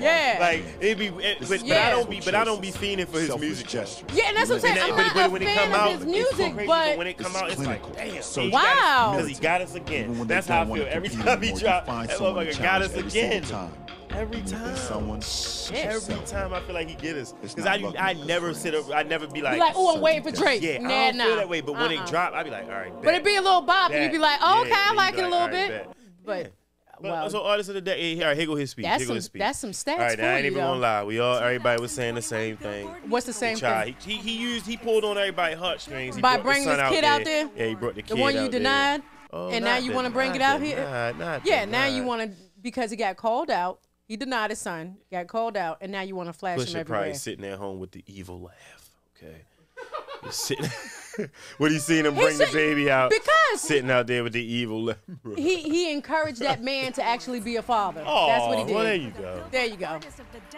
S3: yeah,
S2: like,
S3: yeah.
S2: Like it be, it, but, but I
S3: Yeah.
S2: don't be, but I don't be fiending for his
S9: Selfless
S2: music.
S9: gesture.
S3: Yeah, and that's what I'm saying.
S2: And
S3: I'm
S2: then-
S3: not a fan of his
S2: it's
S3: music,
S2: crazy,
S3: but-
S2: when it come
S9: It's
S2: out, it's
S9: clinical.
S2: like, damn,
S9: So
S3: Wow.
S2: Because he got us again.
S9: Even when
S2: That's
S9: they
S2: how I
S9: don't wanna
S2: feel every
S9: compete
S2: time he
S9: anymore, you
S2: dropped.
S9: find
S2: That
S9: someone to
S2: motherfucker got us
S9: challenge every single
S2: again.
S9: time.
S2: Every
S9: And if
S2: time.
S9: there's someone,
S2: Every
S9: yourself.
S2: time I feel like he get us,
S9: It's
S2: because
S9: not
S2: I,
S9: luck,
S2: I
S9: it's
S2: never
S9: friends.
S2: sit up, I never be like,
S3: Be like, oh, I'm
S9: Certain
S3: waiting for
S9: things.
S3: Drake.
S2: yeah,
S3: nah,
S2: I don't
S3: nah.
S2: feel that way. But when
S3: Uh-uh.
S2: it drop, I be like, all right,
S3: But
S2: bet.
S3: it'd be a little bop, and you'd be
S2: Bet.
S3: like, oh, okay,
S2: Yeah,
S3: I
S2: you
S3: like
S2: be
S3: it a
S2: like,
S3: little
S2: all right,
S3: bit.
S2: bet.
S3: But, uh,
S2: But
S3: well,
S2: so artist of the day, here, here go his speech.
S3: That's
S2: here go
S3: some-
S2: his speech.
S3: that's some stats
S2: All right,
S3: for
S2: I ain't
S3: you,
S2: even
S3: though.
S2: gonna lie. We all, everybody was saying the same thing.
S3: what's the same
S2: Child,
S3: thing?
S2: he, he he used he pulled on everybody heartstrings he
S3: By
S2: brought the
S3: bringing
S2: son
S3: this kid out there?
S2: Yeah, he brought the
S3: The
S2: kid
S3: one you
S2: out there.
S3: denied,
S2: Oh,
S3: and now
S2: not
S3: you
S2: the-
S3: want to bring
S2: not
S3: it out
S2: the-
S3: here?
S2: Not, not
S3: Yeah,
S2: the-
S3: now you
S2: not.
S3: want to because he got called out. He denied his son, got called out, and now you want to flash
S2: Pusha
S3: him everywhere.
S2: probably sitting at home with the evil laugh. Okay, He's sitting. when he seen him
S3: He
S2: bring the
S3: sit-
S2: baby out,
S3: because-
S2: sitting out there with the evil laugh. Bro.
S3: He he encouraged that man to actually be a father.
S2: Aw,
S3: That's what he did.
S2: Oh, Well, there you go.
S3: There you go.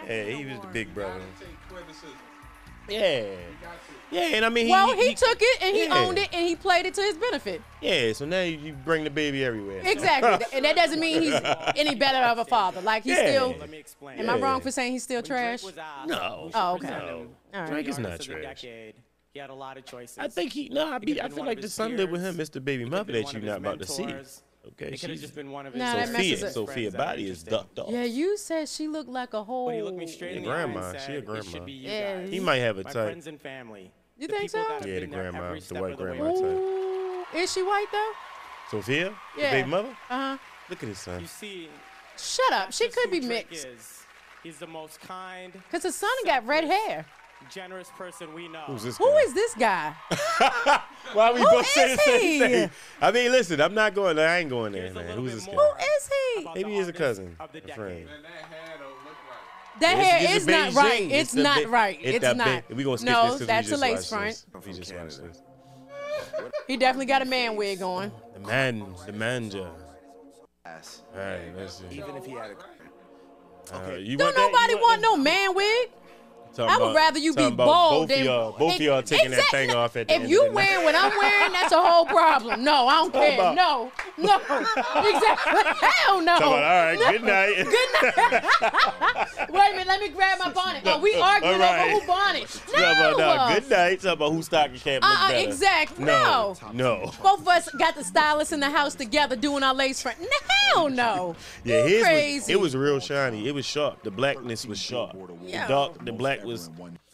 S2: Yeah, he was the big brother. Yeah, yeah, and I mean, he,
S3: well, he,
S2: he-
S3: took it and he
S2: yeah.
S3: owned it and he played it to his benefit.
S2: Yeah, so now you, you bring the baby everywhere.
S3: Exactly. and that doesn't mean he's any better of a father. Like he's
S2: Yeah.
S3: still.
S2: Let me
S10: explain.
S3: Am I wrong for saying he's still trash?
S2: No.
S3: Oh, okay.
S2: No.
S3: All right.
S2: Drake is
S10: Artist
S2: not
S10: of the
S2: trash.
S10: decade. He had a lot of choices.
S2: I think he no. I, be,
S10: could've
S2: I
S10: been
S2: feel
S10: one
S2: like
S10: of
S2: the
S10: his
S2: son lived with him.
S10: peers.
S2: It's the baby mother
S10: been
S2: that
S10: one
S2: you're
S10: of his
S2: not about to see.
S10: mentors.
S2: Okay,
S10: It could have
S2: she's
S10: just been one of his.
S3: Nah, that messes
S2: Sophia.
S3: up.
S2: Sophia
S10: Friends that are
S2: body is
S10: interesting.
S2: ducked off.
S3: Yeah, you said she looked like a whole.
S10: But he looked me straight in the
S2: Yeah, grandma.
S10: eye and said,
S2: She a
S10: It
S2: grandma.
S10: should be you
S3: Yeah,
S10: guys.
S2: He might have
S10: My
S2: a type.
S10: friends and family. The
S3: You think
S10: people
S3: so?
S10: that have
S2: Yeah, the
S10: been there
S2: grandma,
S10: every
S2: the
S10: step
S2: white
S10: of the way.
S2: grandma. Ooh.
S3: Ooh, is she white though?
S2: Sophia,
S3: Yeah.
S2: the baby mother.
S3: Uh huh.
S2: Look at his son.
S10: You see,
S3: Shut up. She
S10: just
S3: could
S10: who
S3: be
S10: Drake
S3: mixed.
S10: is. He's the most kind,
S3: Cause his son got red hair.
S10: generous person we know.
S2: Who's this?
S3: Who
S2: guy?
S3: is this guy?
S2: Why we
S3: Who
S2: both say
S3: is
S2: the same
S3: he?
S2: thing? I mean, listen. I'm not going. there. I ain't going there,
S10: Here's a
S2: man.
S10: little
S2: Who's
S10: bit
S2: this guy?
S10: more.
S3: Who is he?
S10: about
S2: Maybe
S10: the
S2: he's a
S10: artist
S2: cousin,
S10: of the
S2: a
S10: decade.
S2: friend.
S3: That
S2: It's-
S3: hair
S2: it's
S3: is
S2: a
S3: not
S2: Beijing.
S3: right. It's,
S2: a
S3: not
S2: Be-
S3: right. It's,
S2: a Be-
S3: not.
S2: We gonna skip
S3: no,
S2: this 'cause we
S3: that's a
S2: just
S3: lace
S2: watched
S3: front.
S2: this. We just watched this.
S3: He definitely got a man wig on.
S2: The man, the manja.
S7: ass.
S2: All right, let's see.
S7: Even if he had a
S2: Uh, you
S3: Don't
S2: want that? You
S3: nobody
S2: that?
S3: want no man wig.
S2: Talking
S3: I would
S2: about-
S3: rather you be
S2: talking about
S3: bald
S2: Both
S3: than
S2: of y'all, both of y'all taking that thing off at the
S3: If
S2: end
S3: you
S2: of the night.
S3: wearing what I'm wearing, that's a whole problem. No, I don't care.
S2: about-
S3: no, no, exactly. Hell no.
S2: Talking about, all right,
S3: No.
S2: good night.
S3: Wait a minute. Let me grab my bonnet. Oh, we arguing
S2: right.
S3: over who bonnet. No.
S2: Talking about, nah, good night. Talking about who stocking cap look
S3: Uh-uh,
S2: better.
S3: exactly.
S2: No,
S3: No.
S2: no.
S3: Both of us got the stylists in the house together doing our lace front. No, no.
S2: Yeah,
S3: You
S2: his was,
S3: crazy.
S2: it was real shiny. It was sharp. The blackness was sharp.
S3: Yeah.
S2: The dark, the black was.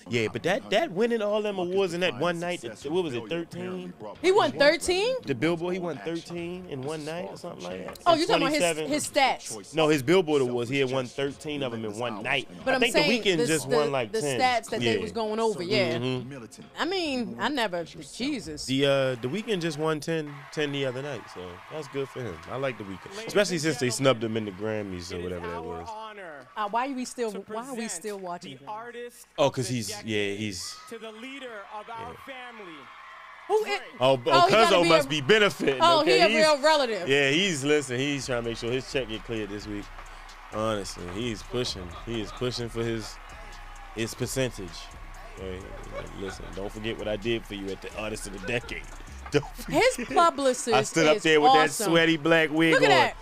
S2: Yeah, but that that winning all them awards in that one night. The, what was it, thirteen?
S3: He won 13?
S2: The Billboard, he won thirteen in one night or something like that.
S3: Oh,
S2: And
S3: you talking about his
S2: 27
S3: his stats?
S2: No, his Billboard awards. He had won 13 of them in one night.
S3: But
S2: I
S3: I'm
S2: think
S3: saying
S2: the weekend
S3: the,
S2: just
S3: the,
S2: won like
S3: the
S2: 10.
S3: stats that
S2: yeah. Mm-hmm.
S3: they was going over. Yeah.
S9: Militant.
S3: I mean, I never. Jesus.
S2: The uh, the weekend just won 10, 10 the other night, so that's good for him. I like the weekend, especially since they snubbed him in the Grammys or
S10: It is
S2: whatever that
S10: our
S2: was.
S10: honor
S3: Uh, why are we still?
S10: to
S3: Why are we
S10: present
S3: still watching?
S10: the
S3: him?
S10: artist
S2: Oh,
S10: of
S2: cause
S10: the
S2: he's yeah
S10: decade
S2: he's
S10: to the leader of our family.
S3: Who is?
S2: oh oh,
S3: Oh, he gotta
S2: Cuzzo
S3: be a-
S2: must be benefiting.
S3: Oh,
S2: okay?
S3: he a
S2: He's-
S3: real relative.
S2: Yeah, he's listen. He's trying to make sure his check get cleared this week. Honestly, he's pushing. He is pushing for his his percentage. Okay? Like, listen, don't forget what I did for you at the Artist of the Decade. Don't forget.
S3: His publicist.
S2: I stood up
S3: is
S2: there with that
S3: awesome.
S2: sweaty black wig
S3: Look
S2: on
S3: at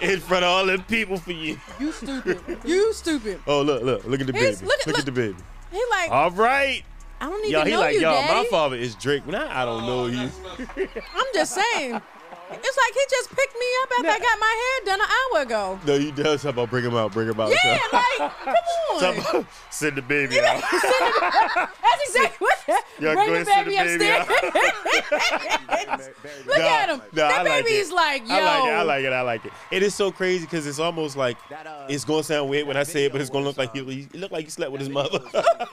S2: in front of all them people for you.
S3: You stupid. you stupid.
S2: Oh look, look, look at the
S3: His-
S2: baby.
S3: look at-
S2: at the baby.
S3: He like.
S2: All right,
S3: I don't even
S2: Oh, y'all. He
S3: know
S2: like
S3: you,
S2: y'all.
S3: daddy.
S2: My father is Drake. Now I don't know you.
S3: I'm just saying. It's like he just picked me up after I got my hair done an hour ago.
S2: No, he does. How about bring him out? Bring him out.
S3: Yeah,
S2: son.
S3: like, come on.
S2: Talk about send the baby out.
S3: That's exactly what.
S2: Yeah,
S3: bring
S2: go
S3: the
S2: and send
S3: baby
S2: the baby
S3: upstairs. Look
S2: Nah,
S3: at him.
S2: nah, I
S3: that
S2: like
S3: baby's
S2: it.
S3: like, yo.
S2: I like it. I like it. I like it. It is so crazy because it's almost like it's gonna sound weird when I say it, but it's gonna look like he, he look like he slept with his mother.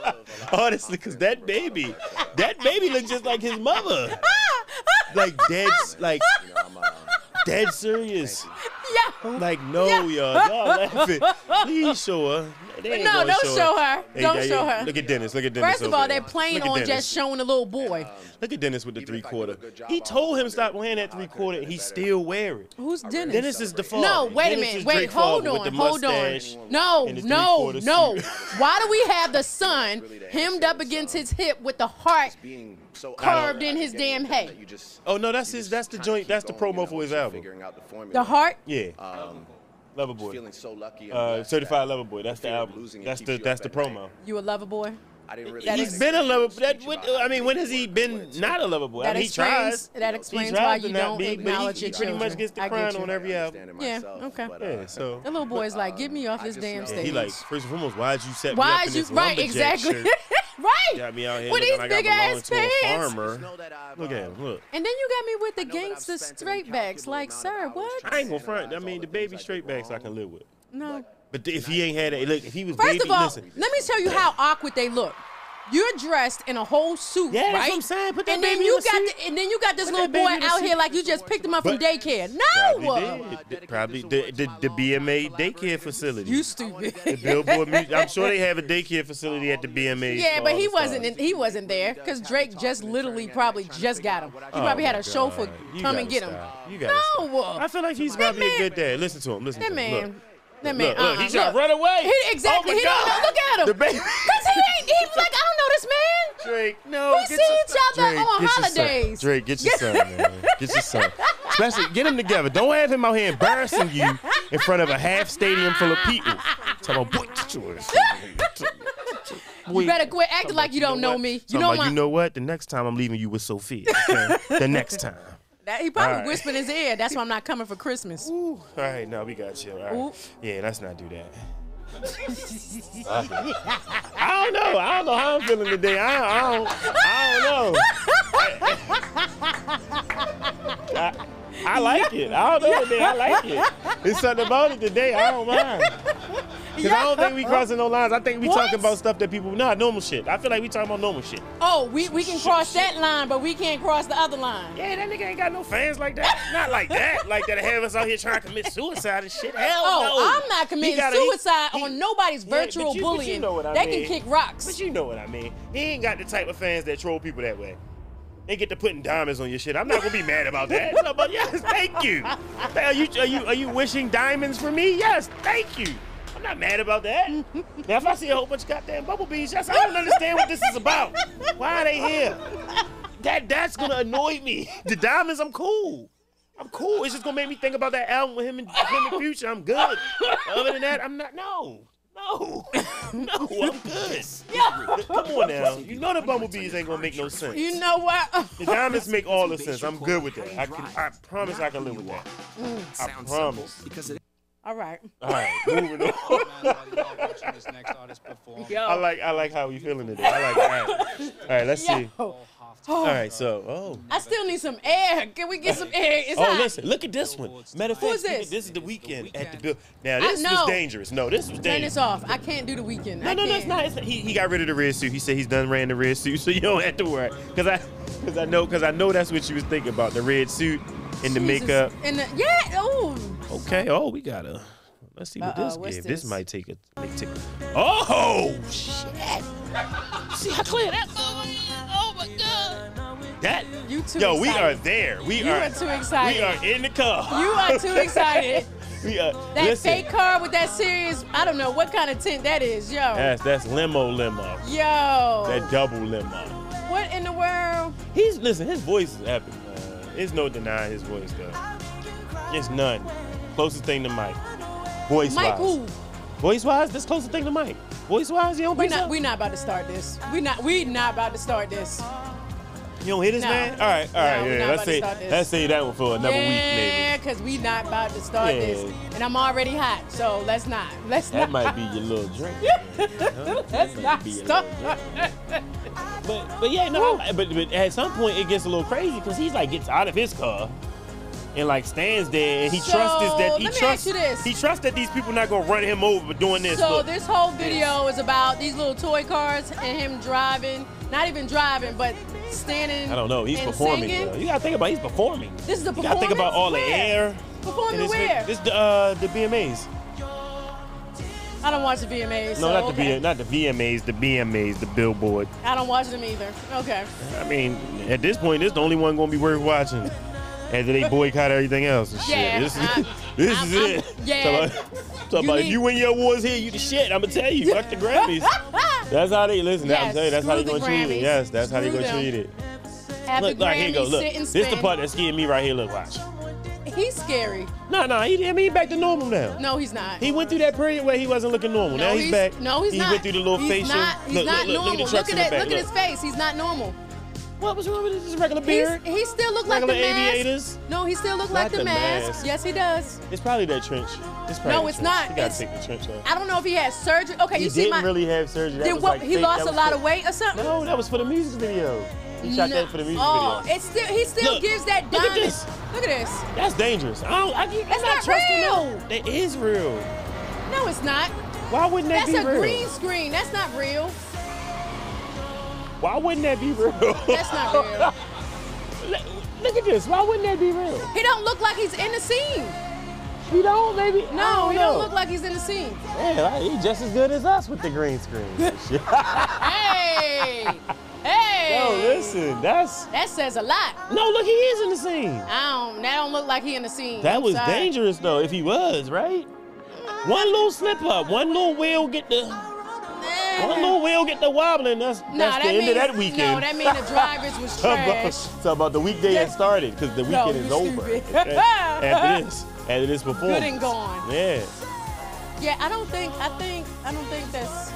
S2: Honestly, because that baby, that baby looked just like his mother. Like dead, s- like dead serious.
S3: Yo.
S2: Like no, y'all, y'all laughing. Please show her. They ain't
S3: No,
S2: gonna
S3: don't show her.
S2: Hey,
S3: Don't
S2: yeah,
S3: show
S2: yeah.
S3: her.
S2: Look at Dennis. Look at Dennis.
S3: First of
S2: over
S3: all,
S2: there.
S3: they're playing
S2: Look at
S3: on
S2: Dennis. Um,
S3: just showing the little boy.
S2: Look at Dennis with the three quarter. He told him stop wearing that three quarter. and He still wear it.
S3: Who's Dennis?
S2: Dennis is the father.
S3: No, wait a
S2: Dennis
S3: minute.
S2: is
S3: Wait,
S2: Drake
S3: hold
S2: father with
S3: on.
S2: the
S3: Hold on.
S2: mustache
S3: No,
S2: and his
S3: no,
S2: three-quarter
S3: no.
S2: suit.
S3: Why do we have the son hemmed up against his hip with the heart
S11: being so
S3: carved in his damn head?
S11: you just
S2: Oh no, that's his. That's the joint. That's the promo for his album.
S11: figuring out the formula.
S3: The heart?
S2: Yeah.
S11: Um,
S2: Lover boy.
S11: feeling so lucky. and
S2: Uh,
S11: blessed
S2: certified
S11: that
S2: lover boy. That's the
S11: fear of
S2: album.
S11: losing it
S2: That's
S11: keeps
S2: the
S11: you
S2: that's
S11: up
S2: the
S11: at night.
S2: promo.
S3: You a lover boy?
S11: I didn't really.
S3: That
S2: He's
S3: is-
S2: been a lover. That what, I mean, when has he been not a lover boy? I
S3: That
S2: mean, he
S3: explains-
S2: tries.
S3: that
S2: He
S3: explains
S2: tries
S3: why
S2: to
S3: you
S2: not
S3: don't
S2: be, but he-
S3: acknowledge
S2: he
S3: your
S2: pretty much
S3: children.
S2: gets the
S3: I get
S2: crown
S3: you.
S2: on every album.
S3: Yeah, okay.
S11: uh,
S2: Yeah, so
S3: The little boy's like, get me off this damn
S2: he
S3: stage.
S2: like first and foremost, why'd you set me
S3: Why
S2: up in
S3: is you
S2: this
S3: right?
S2: lumberjack
S3: Exactly.
S2: Shirt?
S3: right.
S2: Got me out here
S3: With
S2: looking
S3: these
S2: like
S3: big
S2: I belong
S3: ass
S2: to a
S3: pants.
S2: farmer. Look at him. Look.
S3: And then you got me with the gangster straight backs. Like, sir, what?
S2: I ain't gonna front. I mean, the baby straight backs I can live with.
S3: No.
S2: But if he ain't had it, look, if he was
S3: First
S2: baby,
S3: of all,
S2: listen.
S3: let me tell you how awkward they look. You're dressed in a whole suit,
S2: Yeah,
S3: right?
S2: that's what I'm saying. Put that
S3: and then
S2: baby in
S3: you
S2: the
S3: got,
S2: suit.
S3: the- and then you got this
S2: Put
S3: little
S2: that baby
S3: boy
S2: in the
S3: out
S2: suit.
S3: here like you just picked him up from
S2: But-
S3: daycare.
S2: Probably,
S3: No,
S2: did. probably the, the, the BMA daycare facility.
S3: you stupid.
S2: The Billboard Music. I'm sure they have a daycare facility at the BMA.
S3: Yeah, but he wasn't. In, he wasn't there because Drake just literally probably just got him. He
S2: Oh
S3: probably had
S2: my
S3: a chauffeur
S2: God. You
S3: come
S2: gotta
S3: and get him.
S2: stop. You gotta
S3: No, uh,
S2: I feel like he's
S3: That
S2: probably
S3: man-
S2: a good dad. Listen to him. Listen
S3: that
S2: to him.
S3: man.
S2: Look.
S3: That man.
S2: Look, look, he
S3: uh-uh,
S2: tried to run away.
S3: He, exactly.
S2: Oh my
S3: he
S2: God.
S3: don't know. Look at him.
S2: The baby.
S3: Cause he ain't. He was like, I don't know this man.
S2: Drake, no.
S3: We see each other
S2: Drake, get
S3: on
S2: your son.
S3: holidays.
S2: Drake, get your son, man. Get your son. Especially get him together. Don't have him out here embarrassing you in front of a half stadium full of people. Talking about boy, get your ass in here." Boy,
S3: You better quit acting like you don't know me. You
S2: Talking
S3: know
S2: about,
S3: my.
S2: you know what? The next time I'm leaving you with Sophia. okay? the next time.
S3: That, he probably
S2: All right.
S3: whispered in his ear. That's why I'm not coming for Christmas.
S2: All right, no, we got you. All right.
S3: Oop.
S2: Yeah, let's not do that. I don't know. I don't know how I'm feeling today. I, I don't. I don't know. I, I like it. I don't know today. I like it. There's something about it today. I don't mind. Cause I don't think we crossing no lines. I think we
S3: What?
S2: talking about stuff that people. Nah, normal shit. I feel like we talking about normal shit.
S3: Oh, we, we can cross that line, but we can't cross the other line.
S2: Yeah, that nigga ain't got no fans like that. Not like that. Like that have us out here trying to commit suicide and shit. Hell no.
S3: oh, I'm
S2: He
S3: not committing
S2: gotta- he-
S3: suicide
S2: he-
S3: on nobody's
S2: Yeah, but
S3: virtual
S2: you- but you
S3: bullying.
S2: know what I
S3: they
S2: mean.
S3: can kick rocks.
S2: But you know what I mean. He ain't got the type of fans that troll people that way. They get to putting diamonds on your shit. I'm not gonna be mad about that. No, but yes, thank you. Are you are you are you wishing diamonds for me? Yes, thank you. I'm not mad about that. Now if I see a whole bunch of goddamn bubble bees, yes, I don't understand what this is about. Why are they here? That that's gonna annoy me. The diamonds, I'm cool. I'm cool. It's just gonna make me think about that album with him and him in the future. I'm good. Other than that, I'm not. No, no, no. I'm good. Come on now. You know the bumblebees ain't gonna make no sense.
S3: You know what?
S2: The diamonds make all the sense. I'm good with that. I can. I promise I can live with that. I promise.
S3: All right.
S2: All right, moving on. I like. I like how we feeling today. I like that. All right, let's see.
S3: Yo.
S2: All right, so oh.
S3: I still need some air. Can we get some air? It's
S2: oh,
S3: hot.
S2: listen, look at this one. Matter of fact,
S3: Who's
S2: look at-
S3: this?
S2: is the weekend at the bill. Now, this
S3: know.
S2: was dangerous. No, this was
S3: Turn
S2: dangerous.
S3: this off. I can't do the weekend.
S2: No,
S3: I
S2: no, no, it's
S3: can't.
S2: not. It's, he, he got rid of the red suit. He said he's done ran the red suit, so you don't have to worry. Cause I, cause I know, cause I know that's what you was thinking about the red suit and the
S3: Jesus.
S2: makeup.
S3: And the, yeah. Ooh.
S2: Okay. Oh, we got to Let's see what
S3: Uh-oh,
S2: this
S3: what's
S2: gives. This?
S3: this?
S2: might take a. may take a- oh shit! see how clear that.
S3: Oh my God.
S2: That.
S3: You too.
S2: Yo, we are
S3: excited.
S2: there. We
S3: You
S2: are.
S3: are too excited.
S2: We are in the car.
S3: You are too excited.
S2: we are.
S3: That
S2: listen,
S3: fake car with that serious. I don't know what kind of tint that is. Yo.
S2: That's that's limo limo.
S3: Yo.
S2: That double limo.
S3: what in the world?
S2: He's listen. His voice is epic. man. There's no denying his voice though. It's none. Closest thing to Mike. Voice wise.
S3: Mike, who?
S2: Voice wise, this closest thing to Mike. Voice wise, you don't
S3: We
S2: think
S3: not.
S2: so?
S3: We not about to start this. We not. We not about to start this.
S2: You don't hear this,
S3: No.
S2: man? All right, all
S3: No,
S2: right.
S3: we're
S2: yeah,
S3: not
S2: let's
S3: about to
S2: say
S3: start this.
S2: let's say that one for another week, maybe.
S3: yeah, because we not about to start
S2: Yeah.
S3: this. And I'm already hot, so let's not. Let's
S2: That might
S3: not.
S2: be your little drink.
S3: let's not
S2: be a
S3: start.
S2: But but yeah, no. I- But, but at some point it gets a little crazy because he's like gets out of his car and like stands there and he
S3: So,
S2: trusts this that he
S3: let me ask
S2: trusts
S3: you this.
S2: he trusts that these people not gonna run him over doing this.
S3: So
S2: Look,
S3: this whole video is about these little toy cars and him driving, not even driving, but standing.
S2: I don't know. He's
S3: and
S2: performing.
S3: singing.
S2: though. You gotta think about he's performing.
S3: This is a
S2: You
S3: performance.
S2: gotta think about all the
S3: Where?
S2: air.
S3: Performing
S2: and this,
S3: where?
S2: This the uh, the BMAs.
S3: I don't watch the
S2: No,
S3: VMAs. so,
S2: not the
S3: okay.
S2: B, not the VMAs. The BMAs. The Billboard.
S3: I don't watch them either. Okay.
S2: I mean, at this point, this the only one gonna be worth watching. After they boycott everything else and shit.
S3: Yeah,
S2: This,
S3: I-
S2: this
S3: I'm-
S2: is
S3: I'm-
S2: it.
S3: yeah.
S2: Talk about, talk about
S3: need-
S2: if you win your awards here, you the shit. I'ma tell you, fuck the Grammys. That's how they listen.
S3: Yes,
S2: I'm telling you, that's how they
S3: screw
S2: gonna
S3: the
S2: treat
S3: Grammys.
S2: it. Yes, that's how they
S3: Screw
S2: gonna
S3: them.
S2: treat it.
S3: Have
S2: Look,
S3: the
S2: like here you go.
S3: Grammys
S2: Look,
S3: sit and
S2: this
S3: spin.
S2: is the part that's scared me right here. Look, watch.
S3: He's scary.
S2: No, no, he, I mean, he back to normal now.
S3: No, he's not.
S2: He went through that period where he wasn't looking normal.
S3: no,
S2: now he's, back.
S3: No, he's
S2: he
S3: not.
S2: went through the little
S3: he's
S2: facial.
S3: Not, he's
S2: look,
S3: not
S2: look, look,
S3: normal.
S2: Look at the trucks in the
S3: at
S2: back.
S3: look at his face. He's not normal.
S2: What was wrong with his regular
S3: He's,
S2: beard?
S3: he still look like the
S2: Regular
S3: mask.
S2: aviators?
S3: No, he still look
S2: Not
S3: like the,
S2: the
S3: mask.
S2: mask.
S3: Yes, he does.
S2: It's probably that trench. It's probably
S3: No,
S2: the
S3: it's
S2: trench. You
S3: not.
S2: gotta
S3: It's-
S2: take the trench off.
S3: I don't know if he had surgery. Okay,
S2: he
S3: you see
S2: didn't
S3: my.
S2: really have surgery. That
S3: did
S2: was
S3: what?
S2: like
S3: he
S2: fake.
S3: lost
S2: That
S3: a
S2: was
S3: lot
S2: fake.
S3: of weight or something.
S2: No, that was for the music video. He shot
S3: No.
S2: that for the music
S3: oh,
S2: video.
S3: it's still he still
S2: Look,
S3: gives that
S2: look at
S3: diamond.
S2: this.
S3: Look at this.
S2: That's dangerous. I don't. I, I'm
S3: That's
S2: not,
S3: not
S2: trusting
S3: real.
S2: That. that is real.
S3: No, it's not.
S2: Why wouldn't that be
S3: That's a
S2: real?
S3: green screen. That's not real.
S2: Why wouldn't that be real?
S3: That's not real.
S2: Look- Look at this. Why wouldn't that be real?
S3: He don't look like he's in the scene.
S2: He don't, maybe.
S3: No, he don't look like he's in the scene.
S2: Man, like, he just as good as us with the green screen. and shit.
S3: Hey, hey.
S2: Yo, Oh, listen, that's
S3: That says a lot.
S2: no. Look, he is in the scene.
S3: I don't. That don't look like he in the scene.
S2: That
S3: I'm
S2: was
S3: sorry.
S2: dangerous though. If he was right, one little slip up, one little wheel get the,
S3: Eh.
S2: one little wheel get the wobbling. That's
S3: Nah,
S2: that's
S3: that
S2: the
S3: means,
S2: end of that weekend.
S3: No, that means the drivers was
S2: So about,
S3: trash.
S2: so about the weekday it started because the
S3: No,
S2: weekend is
S3: you
S2: over
S3: stupid.
S2: after after this, after this performance.
S3: Good and gone.
S2: Yeah,
S3: Yeah, I don't think. I think. I don't think that's.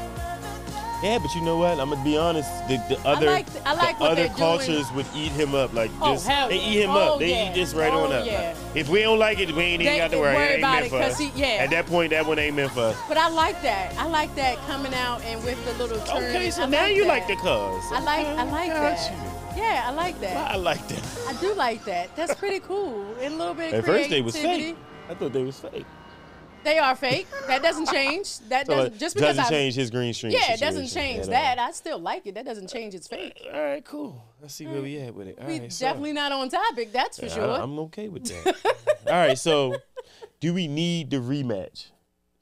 S2: yeah, but you know what? I'm gonna be honest. The, the other,
S3: like- I like
S2: the
S3: what
S2: other
S3: they're doing.
S2: cultures would eat him up like
S3: Oh,
S2: this.
S3: hell
S2: they
S3: yeah.
S2: eat him
S3: Oh,
S2: up. They
S3: yeah.
S2: eat this right on
S3: Oh,
S2: up.
S3: yeah.
S2: If we don't like it, we ain't even
S3: They-
S2: got to
S3: they
S2: worry.
S3: worry
S2: it ain't
S3: about
S2: meant
S3: it
S2: for
S3: 'cause
S2: us.
S3: he- yeah.
S2: At that point, that one ain't meant for us.
S3: But I like that. I like that coming out and with the little. Turn.
S2: Okay, so
S3: I
S2: now you
S3: that.
S2: like the cuz.
S3: I like. I
S2: Okay,
S3: like
S2: got
S3: that.
S2: you.
S3: Yeah, I like that.
S2: I like that.
S3: I do like that. That's pretty cool. And a little bit of
S2: At first they was
S3: creativity.
S2: fake. I thought they was fake.
S3: They are fake. That doesn't change. That
S2: So
S3: doesn't
S2: it
S3: just because
S2: doesn't
S3: I
S2: change his green screen.
S3: yeah, it doesn't
S2: situation
S3: change
S2: at all.
S3: that. I still like it. That doesn't change its fake.
S2: All right, cool. Let's see where we at with it. All
S3: We
S2: right, so-
S3: definitely not on topic. That's for
S2: Yeah, I-
S3: sure.
S2: I'm okay with that. All right, so do we need the rematch?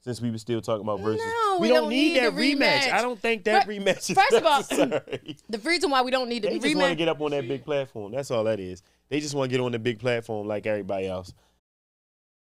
S2: Since we were still talking about versus,
S3: No, we don't need
S2: that
S3: the rematch.
S2: I don't think that
S3: Fir-
S2: rematch is
S3: first of all,
S2: necessary.
S3: the reason why we don't need to
S2: they
S3: be
S2: just want to
S3: rematch.
S2: get up on that big platform. That's all that is. They just want to get on the big platform like everybody else.